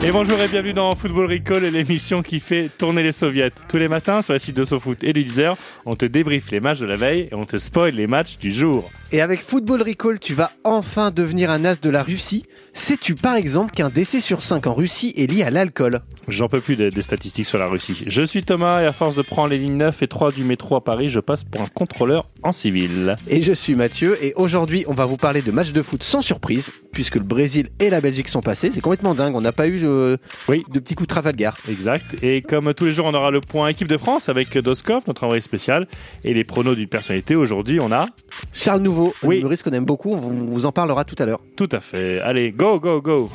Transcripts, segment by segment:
Et bonjour et bienvenue dans Football Recall, l'émission qui fait tourner les soviets. Tous les matins sur la site de SoFoot et du Deezer, on te débriefe les matchs de la veille et on te spoil les matchs du jour. Et avec Football Recall, tu vas enfin devenir un as de la Russie. Sais-tu par exemple qu'un décès sur 5 en Russie est lié à l'alcool J'en peux plus des, des statistiques sur la Russie. Je suis Thomas et à force de prendre les lignes 9 et 3 du métro à Paris, je passe pour un contrôleur en civil. Et je suis Mathieu et aujourd'hui on va vous parler de matchs de foot sans surprise puisque le Brésil et la Belgique sont passés. C'est complètement dingue, on n'a pas eu euh, Oui. de petits coups de Trafalgar. Exact. Et comme tous les jours, on aura le point équipe de France avec Doskov, notre envoyé spécial, et les pronos d'une personnalité. Aujourd'hui, on a Charles Nouveau, un Oui. humoriste qu'on aime beaucoup, on vous, on vous en parlera tout à l'heure. tout à fait. Allez, go, go, go.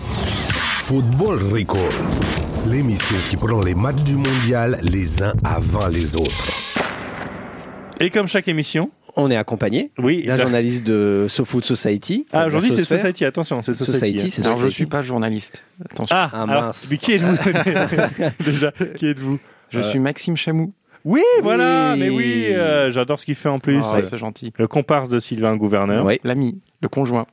Football Recall. L'émission qui prend les matchs du mondial les uns avant les autres. Et comme chaque émission, On est accompagné oui. d'un journaliste de SoFoot Society. Ah, aujourd'hui, c'est Sosphère. Society. Attention, c'est Society. Society. hein. c'est Alors je Society. suis pas journaliste. Attention. Ah, Ah, alors, mince. mais qui êtes-vous Déjà, qui êtes-vous je euh, suis Maxime Chamou. Oui, voilà, Oui. mais oui, euh, j'adore ce qu'il fait en plus. Ah, c'est gentil. Le comparse de Sylvain Gouverneur, Ouais. L'ami, le conjoint,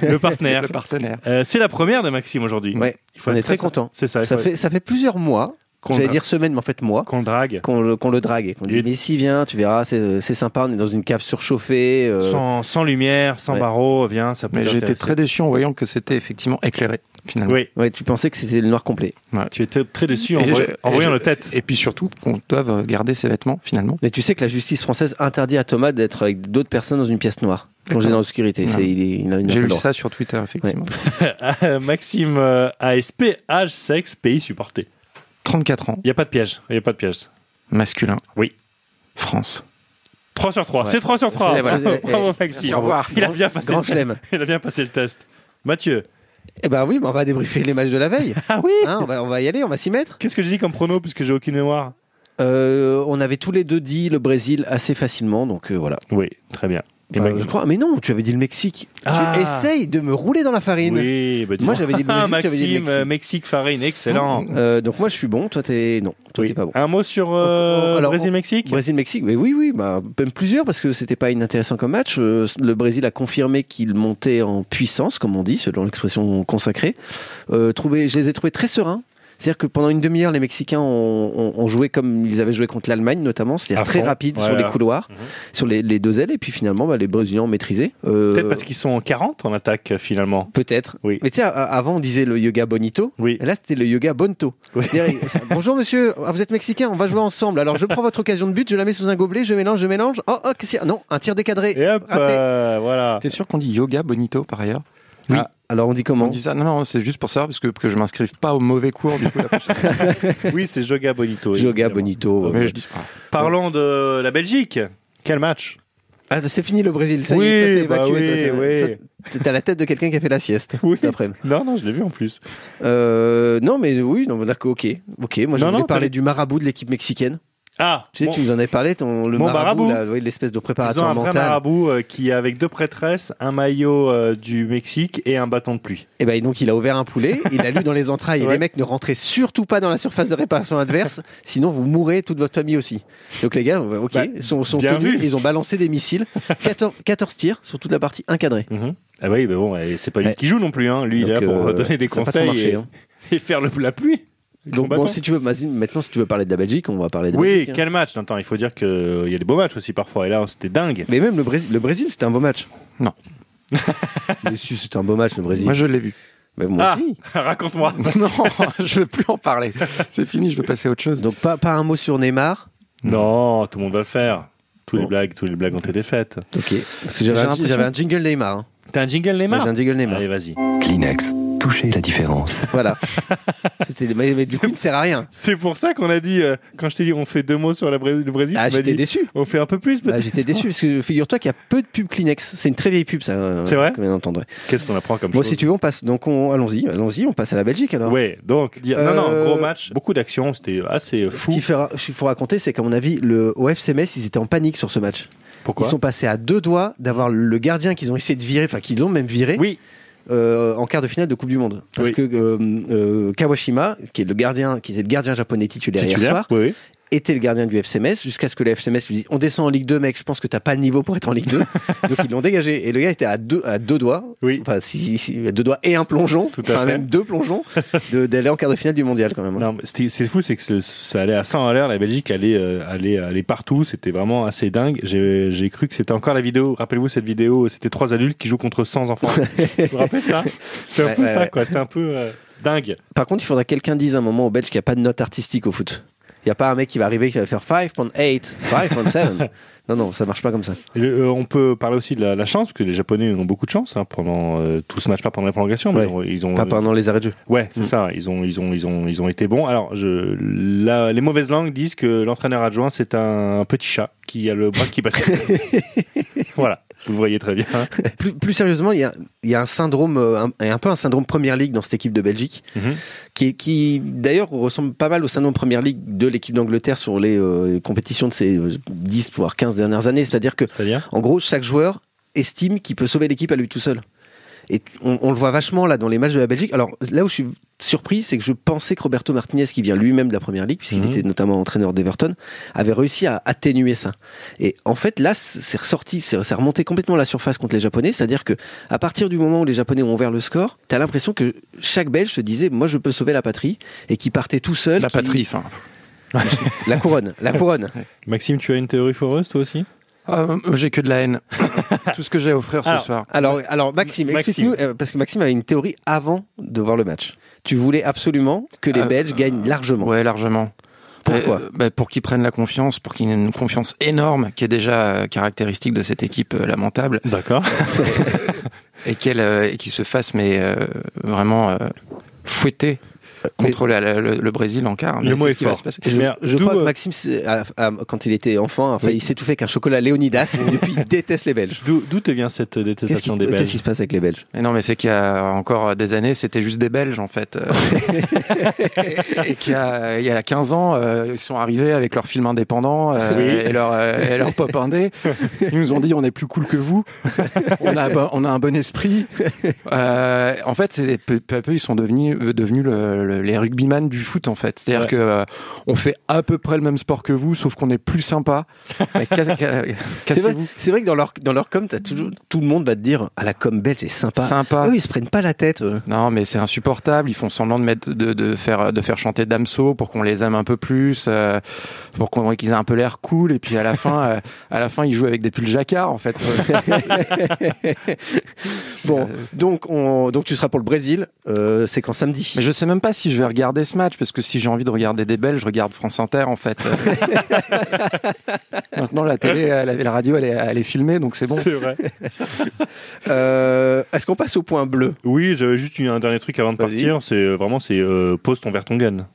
le partenaire. le partenaire. Euh, c'est la première de Maxime aujourd'hui. Ouais. Il faut On être est très sincère. content. C'est ça, il Ça faut fait, ça fait plusieurs mois, qu'on j'allais dire semaine mais en fait mois, qu'on le drague. qu'on le, qu'on le drague et qu'on Et- dit mais si viens tu verras c'est c'est sympa on est dans une cave surchauffée euh, Sans, sans lumière, sans ouais. barreaux, viens, ça peut Mais j'ai été t'intéresser. très déçu en voyant que c'était effectivement éclairé finalement. Oui, ouais tu pensais que c'était le noir complet tu étais très déçu en, Et voy- je- en et voyant je- le tête. Et puis surtout qu'on doive garder ses vêtements finalement. mais tu sais que la justice française interdit à Thomas d'être avec d'autres personnes dans une pièce noire plongé dans l'obscurité Non. c'est il, est- il a une J'ai lu ça sur Twitter effectivement. Maxime euh, ASP, âge, sexe, pays supporté. 34 ans, Il n'y a pas de piège, il n'y a pas de piège. masculin. Oui. France. 3 sur 3, Ouais. c'est 3 sur 3. C'est- voilà. Bravo Eh, Maxime. au revoir. Il a bien passé grand chelem Il a bien passé le test. Mathieu. eh ben oui mais on va débriefer les matchs de la veille Ah oui Hein, on, va, on va y aller on va s'y mettre Qu'est-ce que j'ai dit comme prono puisque j'ai aucune mémoire Euh, on avait tous les deux dit le Brésil assez facilement donc euh, voilà Oui, très bien. Et Enfin, Max- je crois mais non tu avais dit le Mexique Ah. tu essayes de me rouler dans la farine Oui, bah dis moi donc. j'avais dit le Ah, Brésil tu avais dit le Maxime, euh, Mexique Mexique, farine, excellent. Euh, donc moi je suis bon toi t'es non toi Oui. t'es pas bon Un mot sur euh, Oh, oh, alors, Brésil-Mexique Brésil-Mexique, mais oui, oui, bah, même plusieurs parce que c'était pas inintéressant comme match. Euh, Le Brésil a confirmé qu'il montait en puissance, comme on dit, selon l'expression consacrée. Euh, trouvé, je les ai trouvés très sereins. C'est-à-dire que pendant une demi-heure, les Mexicains ont, ont- ont joué comme ils avaient joué contre l'Allemagne, notamment, À c'est-à-dire très fond. rapide sur Ouais. les couloirs, Mhm. sur les, les deux ailes, et puis finalement, bah, les Brésiliens ont maîtrisé. Euh, Peut-être parce qu'ils sont en 40 en attaque euh, finalement. peut-être. Oui. Mais tu sais, a- avant on disait le yoga bonito. Oui. Et là, c'était le yoga Bonto. Oui. C'est-à-dire, c'est- Bonjour monsieur, Ah, vous êtes mexicain, on va jouer ensemble. Alors je prends votre occasion de but, je la mets sous un gobelet, je mélange, je mélange. Oh, oh qu'est-ce qu'il y a Non, un tir décadré. Et hop, Raté. euh, voilà. T'es sûr qu'on dit yoga bonito par ailleurs Oui. Ah, Alors on dit comment On dit ça Non, non, c'est juste pour savoir parce que, que je m'inscrive pas au mauvais cours du coup. la prochaine fois. Oui, c'est Joga Bonito. Yoga évidemment. Bonito. Mais je dis pas. Parlons de la Belgique. Quel match Ah, c'est fini le Brésil, ça Oui, y est, bah toi, t'es évacué, oui, toi, t'es- oui. toi, t'as la tête de quelqu'un qui a fait la sieste Oui. cet après-midi. Non, non, je l'ai vu en plus. Euh, non mais oui, non, mais d'accord, ok, ok. Moi je Non, voulais non, t'as- parler du marabout de l'équipe mexicaine. Ah, Tu sais, bon, tu nous en avais parlé, ton, le Mon marabout, marabout. là, oui, l'espèce de ils ont préparateur un vrai mental. marabout euh, qui est avec deux prêtresses, un maillot euh, du Mexique et un bâton de pluie. Et ben donc il a ouvert un poulet, il a lu dans les entrailles et Ouais. les mecs ne rentraient surtout pas dans la surface de réparation adverse, sinon vous mourrez toute votre famille aussi. Donc les gars, on va- ok, Bah, sont, sont bien tenus, vu. ils ont balancé des missiles, 14, 14 tirs sur toute la partie encadrée. Ah oui, mais bon, euh, c'est pas lui Ouais. qui joue non plus. Hein. Lui, il est là Donc, pour euh, donner des ça a pas trop conseils et, marché, hein. et faire le, la pluie. avec son Donc bon, bâton. si tu veux, vas-y, maintenant si tu veux parler de la Belgique, on va parler de la oui, Belgique, hein. quel match Attends, il faut dire qu'il y a des beaux matchs aussi parfois. Et là, oh, c'était dingue. Mais même le Brésil, le Brésil c'était un beau match. Non. Mais si, c'était un beau match le Brésil. Moi je l'ai vu. Mais moi Ah. aussi. Raconte-moi. non, je veux plus en parler. C'est fini, je veux passer à autre chose. Donc pas, pas un mot sur Neymar. Non, tout le monde va le faire. Tous les Bon. blagues, tous les blagues ont été faites. Ok. Parce que j'avais J'ai un, l'impression- j'avais un jingle Neymar. hein. T'as un jingle Neymar J'ai un jingle Neymar. Allez, vas-y. Kleenex, touchez la différence. Voilà. C'était, mais, mais du coup, il ne sert à rien. C'est pour ça qu'on a dit, euh, quand je t'ai dit on fait deux mots sur la Bré- le Brésil, Ah, tu m'as j'étais dit déçu. on fait un peu plus Bah, peut-être. j'étais déçu parce que figure-toi qu'il y a peu de pubs Kleenex. C'est une très vieille pub, ça. euh, C'est vrai Comme on entendrait. Qu'est-ce qu'on apprend comme Bon, chose si tu hein. veux, on passe. Donc, on... allons-y, allons-y. On passe à la Belgique alors. Ouais, donc. dire- Euh, Non, non, gros match, beaucoup d'action, c'était assez Ce fou. qu'il faut, ce qu'il faut raconter, c'est qu'à mon avis, le au FC Metz, ils étaient en panique sur ce match. Pourquoi ils sont passés à deux doigts d'avoir le gardien qu'ils ont essayé de virer, enfin qu'ils ont même viré. Oui. euh, en quart de finale de Coupe du Monde. Parce Oui. que euh, euh, Kawashima, qui est le gardien, qui était le gardien japonais titulaire, hier Titulaire soir, Oui, oui. était le gardien du FCMS jusqu'à ce que le FCMS lui dise on descend en Ligue 2 mec je pense que t'as pas le niveau pour être en Ligue 2 donc ils l'ont dégagé et le gars était à deux à deux doigts Oui. enfin si, si, si, à deux doigts et un plongeon Tout à enfin fait. même deux plongeons de- d'aller en quart de finale du mondial quand même Non, mais c'était- c'est fou, c'est que ce- ça allait à 100 à l'heure, la Belgique allait, euh, allait, allait partout, c'était vraiment assez dingue. J'ai j'ai cru que c'était encore la vidéo, rappelez-vous cette vidéo, c'était trois adultes qui jouent contre 100 enfants. vous vous rappelez ça C'était un Ouais, peu ouais, ça, ouais. quoi, c'était un peu euh, dingue. par contre il faudra que quelqu'un dise un moment aux Belges qu'il n'y a pas de note artistique au foot il n'y a pas un mec qui va arriver qui va faire 5.8 5.7 non non ça marche pas comme ça Et le- euh, on peut parler aussi de la, la chance, parce que les Japonais ont beaucoup de chance hein, pendant euh, tout ce match, pas pendant la prolongation, mais Ouais. ils ont- ils ont, pas pendant les arrêts de jeu Ouais, c'est Mm. ça. Ils ont, ils ont, ils ont, ils ont été bons. Alors, je, la- les mauvaises langues disent que l'entraîneur adjoint c'est un petit chat qui a le bras qui passe. voilà, vous le voyez très bien. hein. plus, plus sérieusement, il y a, il y a un syndrome, euh, un, un peu un syndrome Première Ligue dans cette équipe de Belgique, Mhm. qui, est- qui d'ailleurs ressemble pas mal au syndrome Première Ligue de l'équipe d'Angleterre sur les euh, compétitions de ces euh, 10 voire 15 dernières années. C'est-à-dire que, C'est-à-dire en gros, chaque joueur estime qu'il peut sauver l'équipe à lui tout seul. Et on, on le voit vachement là dans les matchs de la Belgique. Alors là où je suis surpris, c'est que je pensais que Roberto Martinez, qui vient lui-même de la Première Ligue, puisqu'il Mhm. était notamment entraîneur d'Everton, avait réussi à atténuer ça. Et en fait, là, c'est ressorti, c'est c'est remonté complètement à la surface contre les Japonais. C'est-à-dire que, à partir du moment où les Japonais ont ouvert le score, t'as l'impression que chaque Belge se disait, moi, je peux sauver la patrie, et qui partait tout seul. La qui- patrie, enfin. La couronne, la couronne. Maxime, tu as une théorie foreuse toi aussi Euh, j'ai que de la haine. Tout ce que j'ai à offrir ce Ah. Alors, soir. Alors, alors Maxime, Maxime. explique-nous, euh, parce que Maxime avait une théorie avant de voir le match. Tu voulais absolument que les Euh, Belges gagnent largement. Ouais, largement. Pourquoi Euh, bah, Pour qu'ils prennent la confiance, pour qu'ils aient une confiance énorme qui est déjà euh, caractéristique de cette équipe euh, lamentable D'accord. et qu'elle euh, et qu'ils se fassent mais euh, vraiment euh, fouetter contre la- la- le, le Brésil en quart. hein, Mais Euh, Le mot c'est est ce qui va fort. se passer. Je, Mais je d'où, crois que euh, Maxime, c'est- a- a- quand il était enfant, enfin, il s'étouffait qu'un chocolat Léonidas et depuis il déteste les Belges. D'où d'où te vient cette Qu'est-ce qui, détestation des qu'est-ce Belges qui se passe avec les Belges Mais non, mais c'est qu'il y a encore des années, c'était juste des Belges en fait. Euh, et qu'il y a, il y a 15 ans, euh, ils sont arrivés avec leur film indépendant euh, Oui. et, leur, euh, et leur pop indé. Ils nous ont dit on est plus cool que vous, on a, un bon- on a un bon esprit. Euh, en fait, c'est, peu, peu à peu, ils sont devenus, euh, devenus le- le- les rugbyman du foot en fait. C'est-à-dire Ouais. que euh, on fait à peu près le même sport que vous, sauf qu'on est plus sympa. Mais ca- ca- C'est vrai, Cassez-vous. c'est vrai que dans leur, dans leur com, t'as toujours, tout le monde va te dire Ah, la com belge est sympa. Sympa. Eux, ils se prennent pas la tête. euh. Non, mais c'est insupportable. Ils font semblant de mettre, de, de faire, de faire chanter Damso pour qu'on les aime un peu plus, euh, pour qu'on qu'ils aient un peu l'air cool. Et puis à la fin, euh, à la fin, ils jouent avec des pulls jacquard en fait. Bon, donc, on, donc tu seras pour le Brésil, euh, c'est quand samedi. Mais je sais même pas si je vais regarder ce match parce que si j'ai envie de regarder des Belges, je regarde France Inter en fait. Maintenant, la télé, euh, la, la radio, elle est, elle est filmée, donc c'est bon. C'est vrai. Euh, Est-ce qu'on passe au point bleu Oui, j'avais juste une- un dernier truc avant de Vas-y. partir. C'est euh, vraiment c'est euh, pose ton verre ton gun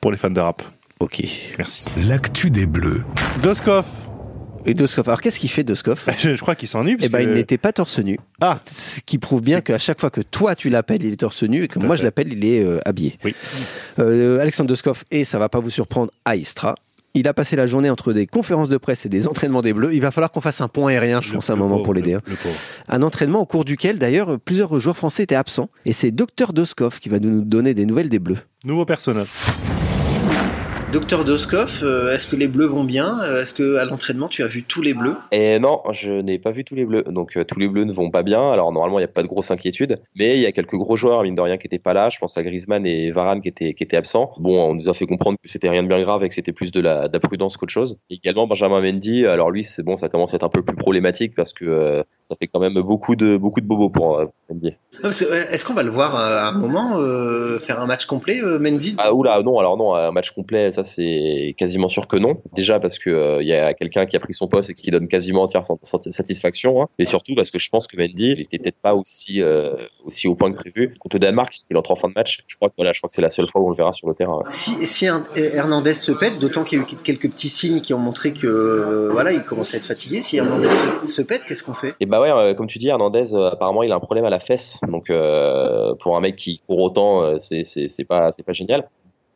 pour les fans de rap. Ok. Merci. L'actu des Bleus. Doskov. Et Doskov. Alors, qu'est-ce qu'il fait, Doskov Je, je crois qu'il s'ennuie. Eh parce ben, il que- n'était pas torse nu. Ah. Ce qui prouve bien qu'à chaque fois que toi tu l'appelles, il est torse nu et que Tout à moi fait. je l'appelle, il est euh, habillé. Oui. Euh, Alexandre Doskov, et ça va pas vous surprendre, à Istra. Il a passé la journée entre des conférences de presse et des entraînements des Bleus. Il va falloir qu'on fasse un point aérien, je le- pense, à un le moment pauvre, pour l'aider. le- hein. le pauvre. Un entraînement au cours duquel, d'ailleurs, plusieurs joueurs français étaient absents. Et c'est Docteur Doskov qui va nous donner des nouvelles des Bleus. Nouveau personnage. Docteur Doskov, euh, est-ce que les Bleus vont bien Est-ce que à l'entraînement tu as vu tous les Bleus Et non, je n'ai pas vu tous les bleus. Donc euh, tous les bleus ne vont pas bien. Alors normalement, il n'y a pas de grosse inquiétude. Mais il y a quelques gros joueurs, mine de rien, qui n'étaient pas là. Je pense à Griezmann et Varane qui étaient, qui étaient absents. Bon, on nous a fait comprendre que c'était rien de bien grave et que c'était plus de la, de la prudence qu'autre chose. Et également Benjamin Mendy. Alors lui, c'est bon, ça commence à être un peu plus problématique parce que euh, ça fait quand même beaucoup de, beaucoup de bobos pour euh, Mendy. Est-ce qu'on va le voir euh, à un moment euh, faire un match complet, Mendy Ah oula, non, alors non, un match complet, ça c'est quasiment sûr que non. Déjà parce que euh, il y a quelqu'un qui a pris son poste et qui donne quasiment entière sa- sa- satisfaction. hein. Et surtout parce que je pense que Mendy, il était peut-être pas aussi euh, aussi au point que prévu. Contre le Danemark, il entre en fin de match. Je crois que voilà, je crois que c'est la seule fois où on le verra sur le terrain. ouais. Si, si un- Hernandez se pète, d'autant qu'il y a eu quelques petits signes qui ont montré que euh, voilà, il commençait à être fatigué. Si Hernandez se, se pète, qu'est-ce qu'on fait Et bah ouais, euh, comme tu dis, Hernandez, euh, apparemment, il a un problème à la fesse. Donc euh, pour un mec qui court autant, euh, c'est c'est c'est pas c'est pas génial.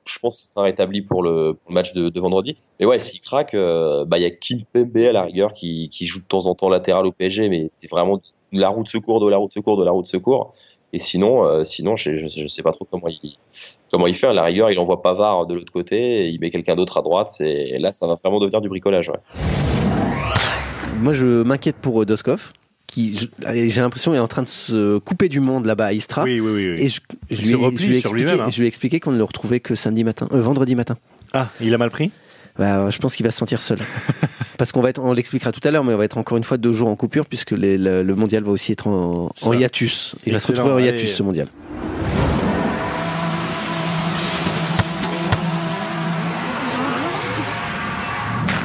je pense qu'il sera rétabli pour le, pour le match de, de vendredi. Mais ouais, s'il craque, euh, bah, il y a Kim Pembe à la rigueur qui, qui joue de temps en temps latéral au PSG, mais c'est vraiment de la roue de secours, de la roue de secours, de la roue de secours. Et sinon, euh, sinon je ne sais pas trop comment il, comment il fait. À la rigueur, il envoie Pavard de l'autre côté, et il met quelqu'un d'autre à droite. Et là, ça va vraiment devenir du bricolage. Ouais. Moi, je m'inquiète pour euh, Doskov, qui, je- allez, j'ai l'impression, est en train de se couper du monde là-bas à Istra. Oui, oui, oui. oui. Ah. Et je, je Il lui, se ai- replie je lui ai sur expliqué- lui-même, hein. je lui ai expliqué qu'on ne le retrouvait que samedi matin, euh, vendredi matin. Ah, il a mal pris Bah, je pense qu'il va se sentir seul. Parce qu'on va être, on l'expliquera tout à l'heure, mais on va être encore une fois deux jours en coupure puisque les- le, le mondial va aussi être en, en Ça. hiatus. Il va se Excellent, retrouver en allez. hiatus ce mondial.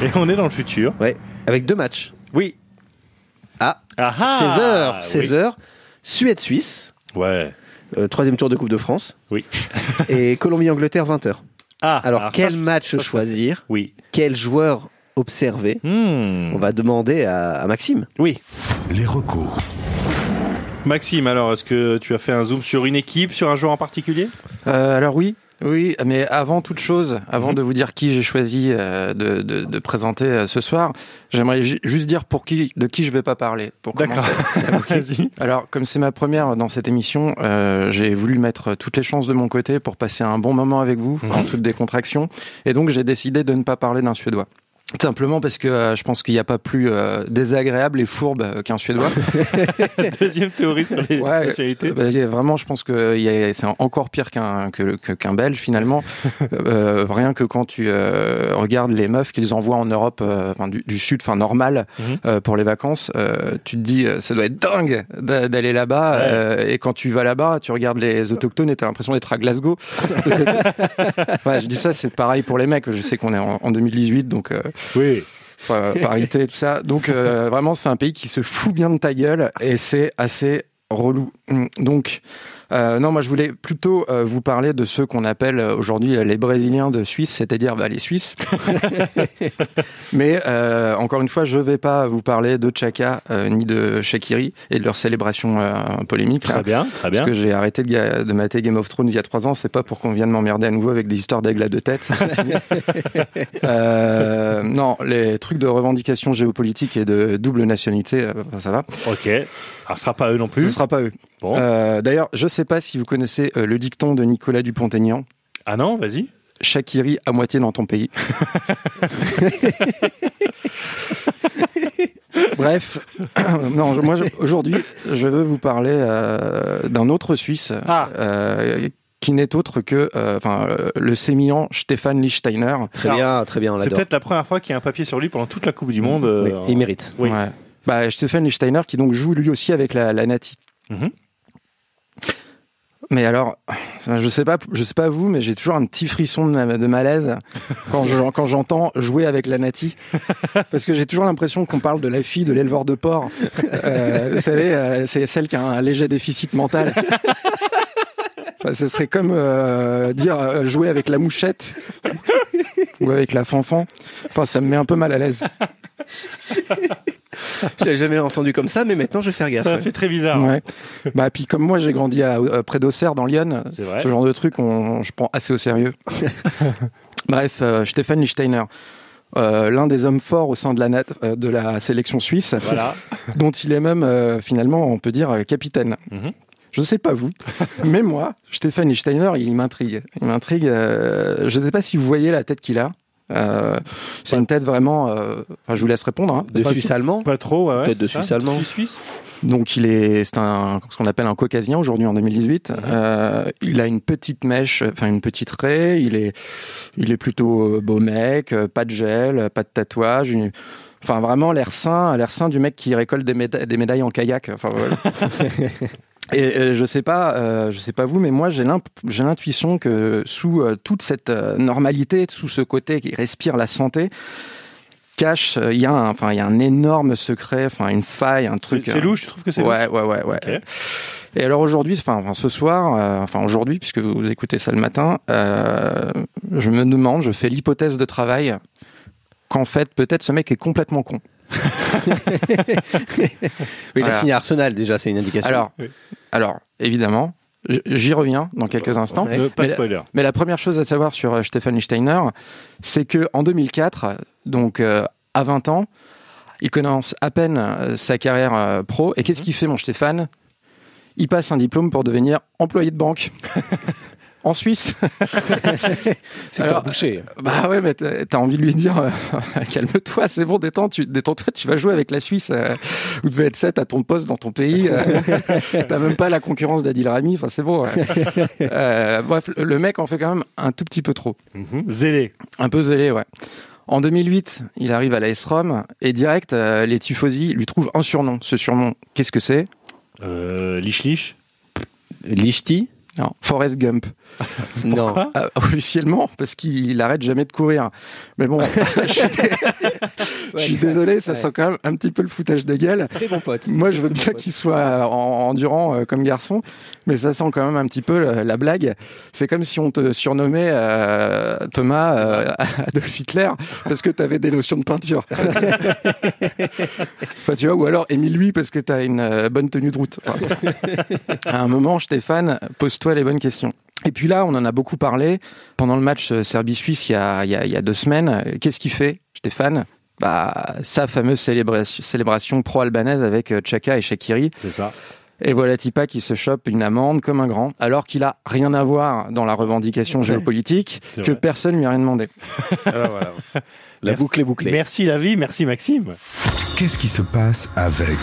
Et on est dans le futur. Ouais. Avec deux matchs. Oui. Ah, Ah 16 heures, oui. 16 heures. Suède-Suisse, Ouais. euh, troisième tour de Coupe de France. Oui. et Colombie-Angleterre, 20 heures. Ah, Alors, quel ça, match ça, ça, choisir Oui. Quel joueur observer Hmm. On va demander à, à Maxime. Oui. Les recos. Maxime, alors, est-ce que tu as fait un zoom sur une équipe, sur un joueur en particulier Euh, alors oui, oui, mais avant toute chose, avant de vous dire qui j'ai choisi euh, de, de- de présenter euh, ce soir, j'aimerais ju- juste dire pour qui, de qui je vais pas parler. Pour D'accord. commencer. Vas-y. Alors, comme c'est ma première dans cette émission, euh, j'ai voulu mettre toutes les chances de mon côté pour passer un bon moment avec vous en toute décontraction, et donc j'ai décidé de ne pas parler d'un Suédois. Tout Simplement parce que euh, je pense qu'il n'y a pas plus euh, désagréable et fourbe euh, qu'un Suédois. Deuxième théorie sur les Ouais, nationalités. Euh, bah, y a- vraiment, je pense que euh, y a- c'est encore pire qu'un que- que- qu'un Belge finalement. Euh, rien que quand tu euh, regardes les meufs qu'ils envoient en Europe, euh, enfin, du, du sud, enfin normal Mhm. euh, pour les vacances, euh, tu te dis euh, ça doit être dingue d'a- d'aller là-bas. Ouais. euh, et quand tu vas là-bas, tu regardes les autochtones et t'as l'impression d'être à Glasgow. ouais, je dis ça, c'est pareil pour les mecs. Je sais qu'on est en, en 2018, donc. euh, Oui. Enfin, parité et tout ça. Donc euh, vraiment, c'est un pays qui se fout bien de ta gueule et c'est assez relou. Hum, Donc euh, non, moi je voulais plutôt euh, vous parler de ceux qu'on appelle euh, aujourd'hui euh, les Brésiliens de Suisse, c'est-à-dire bah, les Suisses. Mais euh, encore une fois, je vais pas vous parler de Chaka euh, ni de Shakiri et de leur célébration euh, polémique. là. Très bien, très bien. Parce que j'ai arrêté de, ga- de mater Game of Thrones il y a trois ans, c'est pas pour qu'on vienne m'emmerder à nouveau avec des histoires d'aigle à deux têtes. Euh, non, les trucs de revendication géopolitique et de double nationalité, euh, enfin, ça va. Ok. Alors, ce sera pas eux non Ce plus. sera pas eux. Bon. Euh, D'ailleurs, je sais pas si vous connaissez euh, le dicton de Nicolas Dupont-Aignan. Ah non, vas-y. Shakiri à moitié dans ton pays. Bref, non, je- moi je- aujourd'hui, je veux vous parler euh, d'un autre Suisse Ah. euh, qui n'est autre que euh, enfin, euh, le sémillant Stéphane Lichtsteiner. Très Alors, bien, très bien, on C'est l'adore. peut-être la première fois qu'il y a un papier sur lui pendant toute la Coupe du Monde. euh, Oui, en- Il mérite. Oui. Ouais. Bah, Stéphane Lichtsteiner qui donc joue lui aussi avec la, la Nati. Mhm. Mais alors, je sais pas, je sais pas vous, mais j'ai toujours un petit frisson de, de malaise quand je- quand j'entends jouer avec la Nati, parce que j'ai toujours l'impression qu'on parle de la fille de l'éleveur de porc. Euh, vous savez, euh, c'est celle qui a un léger déficit mental. Enfin, ce serait comme euh, dire euh, jouer avec la mouchette ou avec la fanfan. Enfin, ça me met un peu mal à l'aise. J'avais jamais entendu comme ça, mais maintenant je vais faire gaffe. Ça ouais. fait très bizarre. Ouais. Bah puis comme moi j'ai grandi à, euh, près d'Auxerre dans l'Yonne, C'est vrai. ce genre de truc on, je prends assez au sérieux. Bref, euh, Stéphane Lichtsteiner. euh, l'un des hommes forts au sein de la, nat- euh, de la sélection suisse, Voilà. dont il est même euh, finalement, on peut dire, euh, capitaine. Mhm. Je sais pas vous, mais moi, Stéphane Lichtsteiner, il m'intrigue. Il m'intrigue. euh, je sais pas si vous voyez la tête qu'il a. Euh, c'est une tête vraiment. euh, enfin, je vous laisse répondre. hein. De Suisse allemand Pas trop, ouais. ouais. Peut-être de C'est ça Suisse allemand. Suisse Donc il est, c'est un ce qu'on appelle un caucasien aujourd'hui en 2018. Mhm. Euh, il a une petite mèche, enfin une petite raie. Il est, il est plutôt euh, beau mec, euh, pas de gel, euh, pas de tatouage. une- Enfin vraiment l'air sain, l'air sain du mec qui récolte des, méda- des médailles en kayak. Enfin voilà. Et euh, je sais pas, euh, je sais pas vous, mais moi j'ai l'imp- j'ai l'intuition que sous euh, toute cette euh, normalité, sous ce côté qui respire la santé, cache, euh, il y a un, enfin il y a un énorme secret, enfin une faille, un C'est truc. euh, c'est un- louche, je trouve que c'est Ouais, ouais, ouais, ouais. Ok. Et alors aujourd'hui, enfin, enfin, ce soir, euh, enfin aujourd'hui, puisque vous écoutez ça le matin, euh, je me demande, je fais l'hypothèse de travail qu'en fait, peut-être ce mec est complètement con. Oui, il a Voilà. signé à Arsenal déjà, c'est une indication. Alors, Oui. alors, évidemment, J- J'y reviens dans quelques instants. Ouais. Euh, pas Mais de la- spoiler. Mais la première chose à savoir sur euh, Stefan Steiner, c'est que en 2004, donc euh, à 20 ans, il commence à peine euh, sa carrière euh, pro. Et qu'est-ce qu'il fait, mon Stéphane Il passe un diplôme pour devenir employé de banque. En Suisse C'est Alors, pas bouché. euh, Bah ouais, mais t'as t'as envie de lui dire euh, calme-toi, c'est bon, détends, tu, détends-toi, tu vas jouer avec la Suisse. euh, vous devez être 7 à ton poste dans ton pays. euh, t'as même pas la concurrence d'Adil Rami, enfin c'est bon. ouais. Euh, bref, le mec en fait quand même un tout petit peu trop. Mhm. Zélé. Un peu zélé, ouais. En 2008, il arrive à la S-ROM et direct, euh, les Tifosi lui trouvent un surnom. Ce surnom, qu'est-ce que c'est Euh, lich lich. Lichti Non, Forrest Gump. Non. Euh, officiellement, parce qu'il arrête jamais de courir. Mais bon, je suis, dé- je suis désolé, ça Ouais. sent quand même un petit peu le foutage de gueule. Très bon pote. Moi, je veux bien qu'il soit en- endurant euh, comme garçon, mais ça sent quand même un petit peu le- la blague. C'est comme si on te surnommait euh, Thomas euh, Adolf Hitler parce que tu avais des notions de peinture. enfin, tu vois, ou alors Émile lui parce que tu as une euh, bonne tenue de route. Enfin, à un moment, Stéphane, pose-toi les bonnes questions. Et puis là, on en a beaucoup parlé pendant le match euh, Serbie-Suisse il y a, il y a- il y a deux semaines. euh, Qu'est-ce qu'il fait, Stéphane bah, sa fameuse célébra- célébration pro-albanaise avec euh, Chaka et Shakiri. C'est ça. Et voilà Tipa qui se chope une amende comme un grand, alors qu'il a rien à voir dans la revendication géopolitique, C'est que vrai. personne lui a rien demandé. La Merci. boucle est bouclée. Merci la vie, merci Maxime. Qu'est-ce qui se passe avec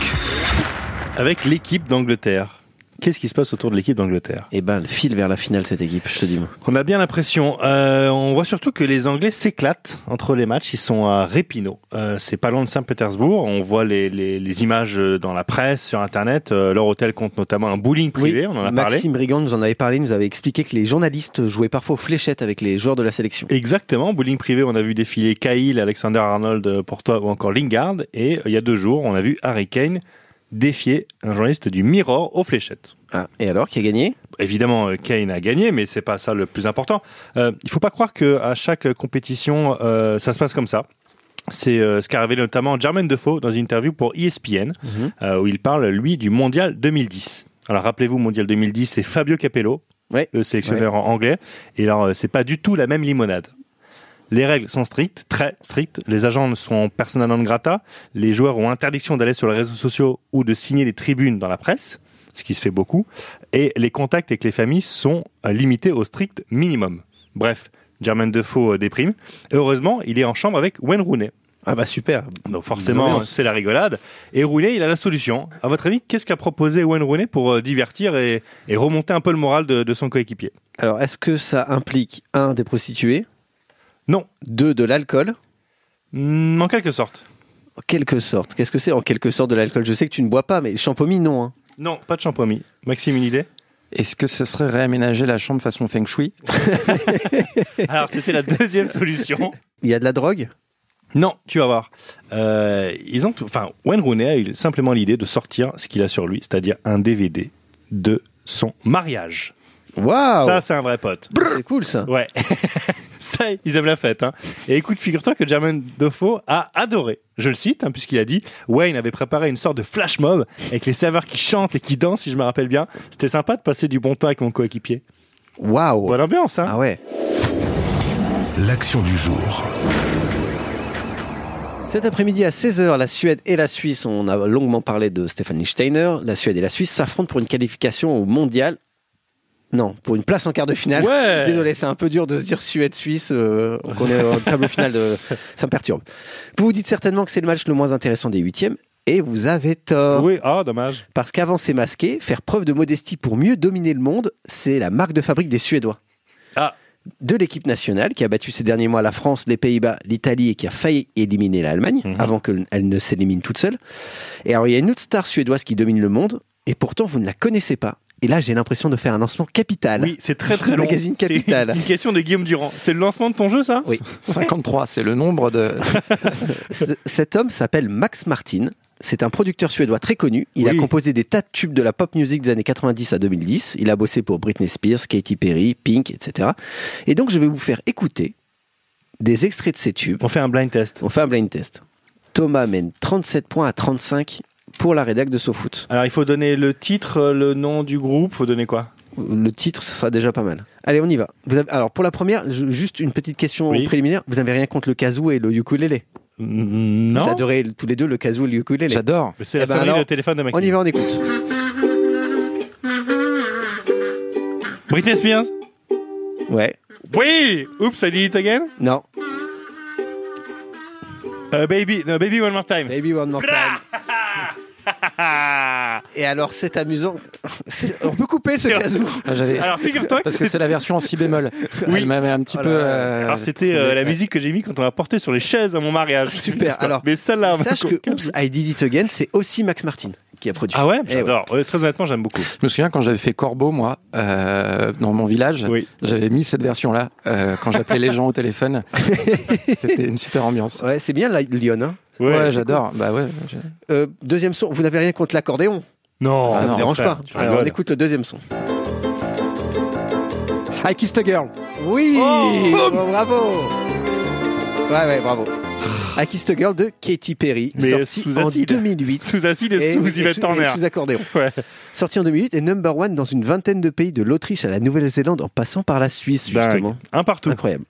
Avec l'équipe d'Angleterre. Qu'est-ce qui se passe autour de l'équipe d'Angleterre Eh ben, le fil vers la finale, cette équipe, je te dis. moi. On a bien l'impression. Euh, on voit surtout que les Anglais s'éclatent entre les matchs. Ils sont à Répino. Euh, c'est pas loin de Saint-Pétersbourg. On voit les, les, les images euh, dans la presse, sur Internet. Euh, leur hôtel compte notamment un bowling privé. on en a parlé. Maxime Brigand nous en avait parlé, nous avait expliqué que les journalistes jouaient parfois aux fléchettes avec les joueurs de la sélection. Exactement, bowling privé, on a vu défiler Cahill, Alexander Arnold, euh, Courtois ou encore Lingard. Et euh, il y a deux jours, on a vu Harry Kane défier un journaliste du Mirror aux fléchettes. Ah, et alors, qui a gagné Évidemment, euh, Kane a gagné, mais c'est pas ça le plus important. Euh, il faut pas croire que à chaque euh, compétition, euh, ça se passe comme ça. C'est euh, ce qu'a révélé notamment Jermaine Defoe dans une interview pour E ESPN, Mhm. euh, où il parle, lui, du Mondial 2010. Alors rappelez-vous, Mondial 2010, c'est Fabio Capello, Ouais. le sélectionneur en- anglais. Et alors, euh, c'est pas du tout la même limonade. Les règles sont strictes, très strictes. Les agents ne sont persona non grata. Les joueurs ont interdiction d'aller sur les réseaux sociaux ou de signer des tribunes dans la presse, ce qui se fait beaucoup. Et les contacts avec les familles sont euh, limités au strict minimum. Bref, Germaine Defoe euh, déprime. Et heureusement, il est en chambre avec Wayne Rooney. Ah bah super. Donc Bah forcément, c'est la rigolade. Et Rooney, il a la solution. À votre avis, qu'est-ce qu'a proposé Wayne Rooney pour euh, divertir et, et remonter un peu le moral de, de son coéquipier Alors, est-ce que ça implique, un, des prostituées Non. Deux, de l'alcool Hmm, En quelque sorte. En quelque sorte. Qu'est-ce que c'est en quelque sorte de l'alcool Je sais que tu ne bois pas, mais champomis, non. hein. Non, pas de shampoing. Maxime, une idée Est-ce que ce serait réaménager la chambre façon feng shui Alors, c'était la deuxième solution. Il y a de la drogue Non, tu vas voir. Euh, ils ont, tout- enfin, Wayne Rooney a eu simplement l'idée de sortir ce qu'il a sur lui, c'est-à-dire un DVD de son mariage. Ça, Waouh c'est un vrai pote. C'est cool ça. Ouais. ça, ils aiment la fête. Hein. Et écoute, figure-toi que Jermaine Defoe a adoré. Je le cite, hein, puisqu'il a dit Wayne avait préparé une sorte de flash mob avec les serveurs qui chantent et qui dansent, si je me rappelle bien. C'était sympa de passer du bon temps avec mon coéquipier. Waouh Bonne ambiance, hein Ah ouais. l'action du jour Cet après-midi à 16h, la Suède et la Suisse, on a longuement parlé de Stéphanie Steiner, la Suède et la Suisse s'affrontent pour une qualification au mondial. Non, pour une place en quart de finale. Ouais. Ah, Désolé, c'est un peu dur de se dire Suède-Suisse, euh, qu'on est au tableau final, de... ça me perturbe. Vous vous dites certainement que c'est le match le moins intéressant des huitièmes, et vous avez tort. Oui, ah, dommage. Parce qu'avancer masqué, faire preuve de modestie pour mieux dominer le monde, c'est la marque de fabrique des Suédois. Ah. De l'équipe nationale qui a battu ces derniers mois la France, les Pays-Bas, l'Italie et qui a failli éliminer l'Allemagne Mhm. avant qu'elle ne s'élimine toute seule. Et alors il y a une autre star suédoise qui domine le monde et pourtant vous ne la connaissez pas. Et là j'ai l'impression de faire un lancement capital. Oui, c'est très très Le long. Ah, magazine C'est Capital. Une question de Guillaume Durand. C'est le lancement de ton jeu, ça Oui. 53, c'est le nombre de... C- Cet homme s'appelle Max Martin. C'est un producteur suédois très connu. Il a Oui. composé des tas de tubes de la pop music des années 90 à 2010. Il a bossé pour Britney Spears, Katy Perry, Pink, etc. Et donc, je vais vous faire écouter des extraits de ces tubes. On fait un blind test. On fait un blind test. Thomas mène 37 points à 35 pour la rédac de SoFoot. Alors, il faut donner le titre, euh, le nom du groupe, faut donner quoi le titre, ça sera déjà pas mal. Allez, on y va. Vous avez- alors, pour la première, ju- juste une petite question Oui. préliminaire. Vous n'avez rien contre le kazoo et le ukulélé Vous Non. adorez tous les deux le kazoo et le ukulélé. J'adore. C'est Eh la ben sonnerie alors, de téléphone de On Maxime. y va, on écoute. Britney Spears. Ouais. Oui. Oops, I did it again. Non. Euh, baby, no, baby one more time. Maybe one more time. Et alors, c'est amusant. C'est- On peut couper ce kazoo. Ah, j'avais- Alors figure-toi que Parce que c'est la version en si bémol. Oui. Elle m'avait un petit Oh là peu. là. euh, Alors c'était euh, la musique que j'ai mis quand on a porté sur les chaises à mon mariage. Super, Putain, alors, Mais celle-là. Sache Marco- que Oops, I Did It Again, c'est aussi Max Martin qui a produit. Ah ouais, Eh j'adore. Ouais, très honnêtement, j'aime beaucoup. Je me souviens quand j'avais fait Corbeau, moi, euh, dans mon village, Oui. j'avais mis cette version-là euh, quand j'appelais les gens au téléphone. C'était une super ambiance. Ouais, c'est bien la Lyon. hein. Ouais, c'est j'adore. Bah ouais. j'ai- Euh, deuxième son, vous n'avez rien contre l'accordéon cool. Oh, Non, Ah Ça ne non, dérange frère, pas. tu Alors on rigoles. écoute le deuxième son. I kissed a girl. Oui Oh, Bon, Bravo Ouais, ouais, bravo. I Kissed a Girl de Katy Perry, Mais sorti sous en acide. 2008. Sous acide et, Et oui, sous et Yvette Horner. et sous accordéon. Ouais. Sorti en 2008 et number one dans une vingtaine de pays, de l'Autriche à la Nouvelle-Zélande, en passant par la Suisse, Dingue. justement. Un partout. Incroyable.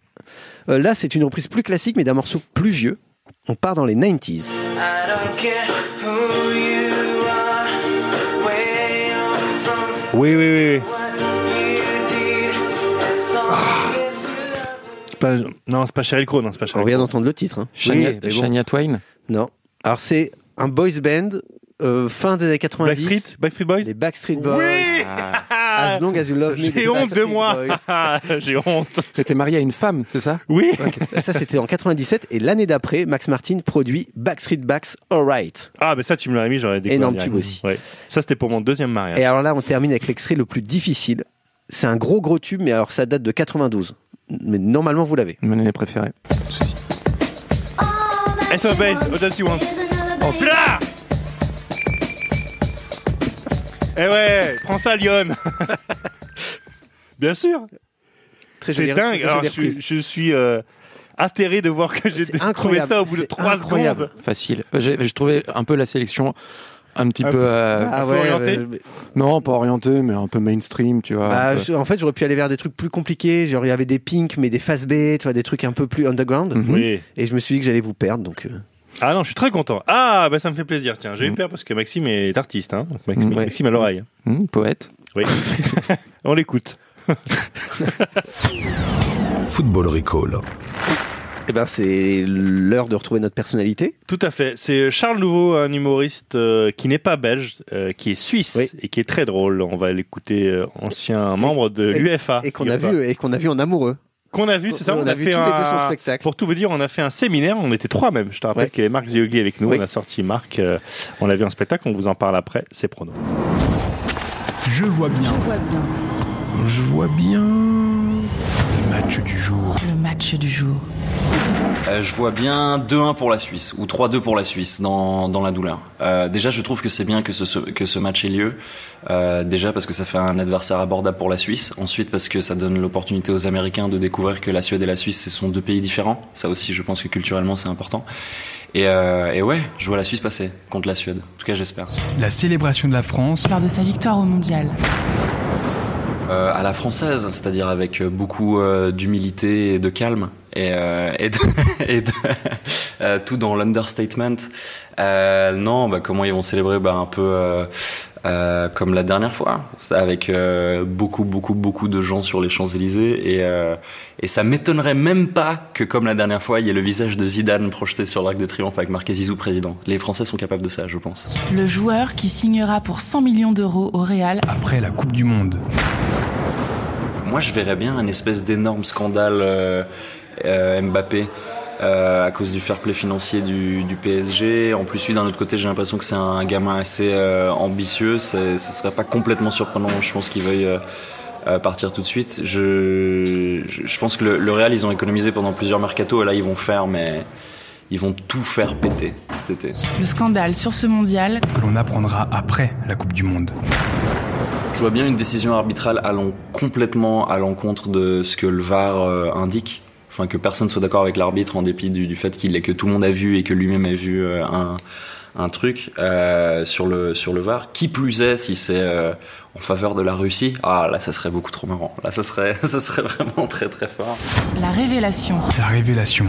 Euh, là, c'est une reprise plus classique, mais d'un morceau plus vieux. On part dans les 90s. I don't care who you are, where you're from, Oui, oui, oui. what you did, as long as you love. C'est pas... Non, c'est pas Sheryl Crow, non, c'est pas On Sheryl vient d'entendre le titre. hein. Shania, Oui, mais bon. Shania Twain. Non. Alors, c'est un boys band, euh, fin des années 90. Backstreet, Backstreet Boys. Les Backstreet Boys. Oui As long as you love me. des J'ai honte de Backstreet moi. Boys. J'ai honte. T'étais marié à une femme, c'est ça Oui. Ça, c'était en 97. Et l'année d'après, Max Martin produit Backstreet Backs Alright. Ah, mais ça, tu me l'aurais mis, j'aurais découvert. Énorme direct. tube aussi. Ouais. Ça, c'était pour mon deuxième mariage. Et alors là, on termine avec l'extrait le plus difficile. C'est un gros, gros tube, mais alors ça date de 92. Mais normalement, vous l'avez. Mon année préférée. SOS, what does you want Oh putain Eh ouais, prends ça, Lyon Bien sûr Très C'est jolie- dingue très Alors, jolie je, reprise. suis- je suis euh, atterré de voir que j'ai C'est trouvé incroyable, ça au bout de c'est 3 incroyable. secondes Facile. J'ai j'ai trouvé un peu la sélection un petit Un peu. peu- euh, Ah Faut ouais, orienter. ouais, Non, pas orienté, mais un peu mainstream, tu vois. Bah, un peu. je- en fait, j'aurais pu aller vers des trucs plus compliqués. Genre, il y avait des Pink, mais des Fast B, tu vois, des trucs un peu plus underground. Mhm. Oui. Et je me suis dit que j'allais vous perdre. Donc, euh, Ah non, je suis très content. Ah, bah ça me fait plaisir. Tiens, j'ai eu Mm. peur parce que Maxime est artiste. Hein. Donc, Maxime, Mm, ouais. Maxime à l'oreille. Hum, poète. On l'écoute. Football Recall. eh ben, c'est l'heure de retrouver notre personnalité. Tout à fait. C'est euh, Charles Nouveau, un humoriste euh, qui n'est pas belge, euh, qui est suisse Oui. et qui est très drôle. On va l'écouter, euh, ancien membre de l'UFA. Et qu'on a vu, et qu'on a vu en amoureux. Qu'on a vu, c'est ça. On, a vu tous fait les deux son un- spectacle. Pour tout vous dire, on a fait un séminaire, on était trois même. Je te rappelle Ouais. qu'il y avait Marc Ziogli avec nous, Oui. on a sorti Marc, euh, on l'a vu en spectacle, on vous en parle après, c'est prono. Je vois bien Je vois bien. Match du jour. Le match du jour. Euh, je vois bien 2-1 pour la Suisse ou 3-2 pour la Suisse dans, dans la douleur. Euh, déjà, je trouve que c'est bien que ce- ce, que ce match ait lieu. Euh, déjà parce que ça fait un adversaire abordable pour la Suisse. Ensuite parce que ça donne l'opportunité aux Américains de découvrir que la Suède et la Suisse, ce sont deux pays différents. Ça aussi, je pense que culturellement, c'est important. Et, euh, et ouais, je vois la Suisse passer contre la Suède. En tout cas, j'espère. La célébration de la France, Lors de sa victoire au mondial. Euh, à la française, c'est-à-dire avec euh, beaucoup euh, d'humilité et de calme, et, euh, et, de- et de- euh, tout dans l'understatement. Euh, non, bah, comment ils vont célébrer bah, Un peu euh, euh, comme la dernière fois, C'est avec euh, beaucoup, beaucoup, beaucoup de gens sur les Champs-Élysées, et, euh, et ça m'étonnerait même pas que comme la dernière fois, il y ait le visage de Zidane projeté sur l'arc de triomphe avec marqué Zizou président. Les Français sont capables de ça, je pense. Le joueur qui signera pour 100 millions d'euros au Real. après la Coupe du Monde. Moi, je verrais bien un espèce d'énorme scandale euh, euh, Mbappé euh, à cause du fair play financier du, du PSG. En plus, lui, d'un autre côté, j'ai l'impression que c'est un gamin assez euh, ambitieux. C'est- Ce serait pas complètement surprenant, je pense, qu'il veuille euh, euh, partir tout de suite. Je, je, je pense que le, le Real, ils ont économisé pendant plusieurs mercato et là, ils vont faire, mais ils vont tout faire péter cet été. Le scandale sur ce mondial. Que l'on apprendra après la Coupe du Monde. Je vois bien une décision arbitrale allant complètement à l'encontre de ce que le VAR euh, indique. Enfin, que personne soit d'accord avec l'arbitre en dépit du, du fait qu'il est que tout le monde a vu et que lui-même a vu euh, un, un truc euh, sur le sur le VAR. Qui plus est, si c'est euh, en faveur de la Russie, ah là, ça serait beaucoup trop marrant. Là, ça serait ça serait vraiment très très fort. La révélation. La révélation.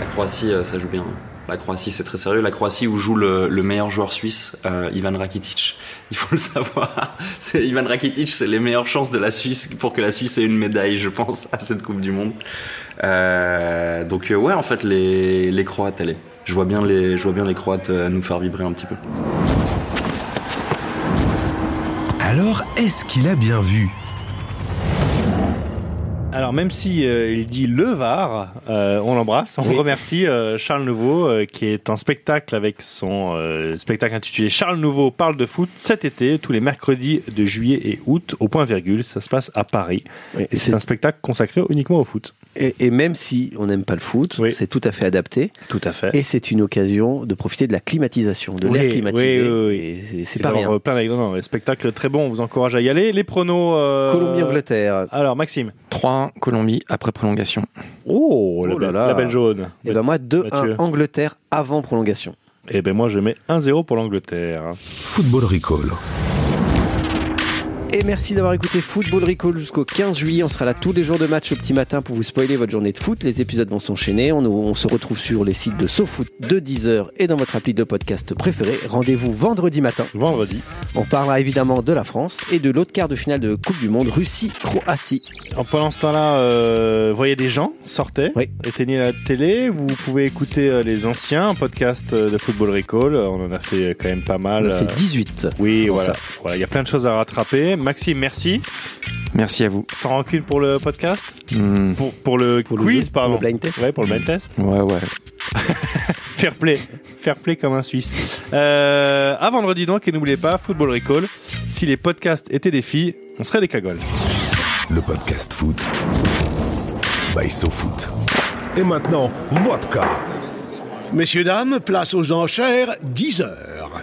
La Croatie, euh, ça joue bien. La Croatie, c'est très sérieux. La Croatie où joue le, le meilleur joueur suisse, euh, Ivan Rakitic. Il faut le savoir. C'est Ivan Rakitic, c'est les meilleures chances de la Suisse pour que la Suisse ait une médaille, je pense, à cette Coupe du Monde. Euh, donc euh, ouais, en fait, les, les Croates, allez. Je vois bien les, je vois bien les Croates euh, nous faire vibrer un petit peu. Alors, est-ce qu'il a bien vu Alors même si euh, il dit le Var, euh, on l'embrasse, on remercie euh, Charles Nouveau euh, qui est en spectacle avec son euh, spectacle intitulé Charles Nouveau parle de foot cet été tous les mercredis de juillet et août au point virgule, ça se passe à Paris. et c'est un spectacle consacré uniquement au foot. Et, et même si on n'aime pas le foot, c'est tout à fait adapté. Tout à fait. Et c'est une occasion de profiter de la climatisation, de Oui, l'air climatisé. oui, oui, oui. Et c'est- C'est Et pas leur, rien. euh, plein d'anecdotes. Non, non, spectacle très bon, on vous encourage à y aller. Les pronos euh, Colombie-Angleterre. Alors Maxime. 3-1 Colombie après prolongation. Oh, la, Oh là belle, là. la belle jaune. Et ben moi, 2-1 Mathieu. Angleterre avant prolongation. Et ben moi je mets 1-0 pour l'Angleterre. Football Recall. Et merci d'avoir écouté Football Recall jusqu'au 15 juillet. On sera là tous les jours de match au petit matin pour vous spoiler votre journée de foot. Les épisodes vont s'enchaîner. On, on se retrouve sur les sites de SoFoot, de Deezer et dans votre appli de podcast préféré. Rendez-vous vendredi matin. Vendredi. On parlera évidemment de la France et de l'autre quart de finale de Coupe du Monde, Russie-Croatie. En pendant ce temps-là, euh, voyez des gens, sortez, éteignez la télé, vous pouvez écouter euh, les anciens podcasts euh, de Football Recall, Euh, on en a fait euh, quand même pas mal. On a fait euh, 18. Oui, Comment voilà. ça Voilà, il y a plein de choses à rattraper. Maxime, merci. Merci à vous. Sans rancune pour le podcast Hmm. Pour, pour le quiz, pardon. le blind test. Ouais, pour le blind test. Ouais, ouais. Fair play. Fair play comme un Suisse. Euh, à vendredi donc, et n'oubliez pas, Football Recall, si les podcasts étaient des filles, on serait des cagoles. Le podcast foot. By SoFoot. Et maintenant, vodka. Messieurs, dames, place aux enchères, 10 heures.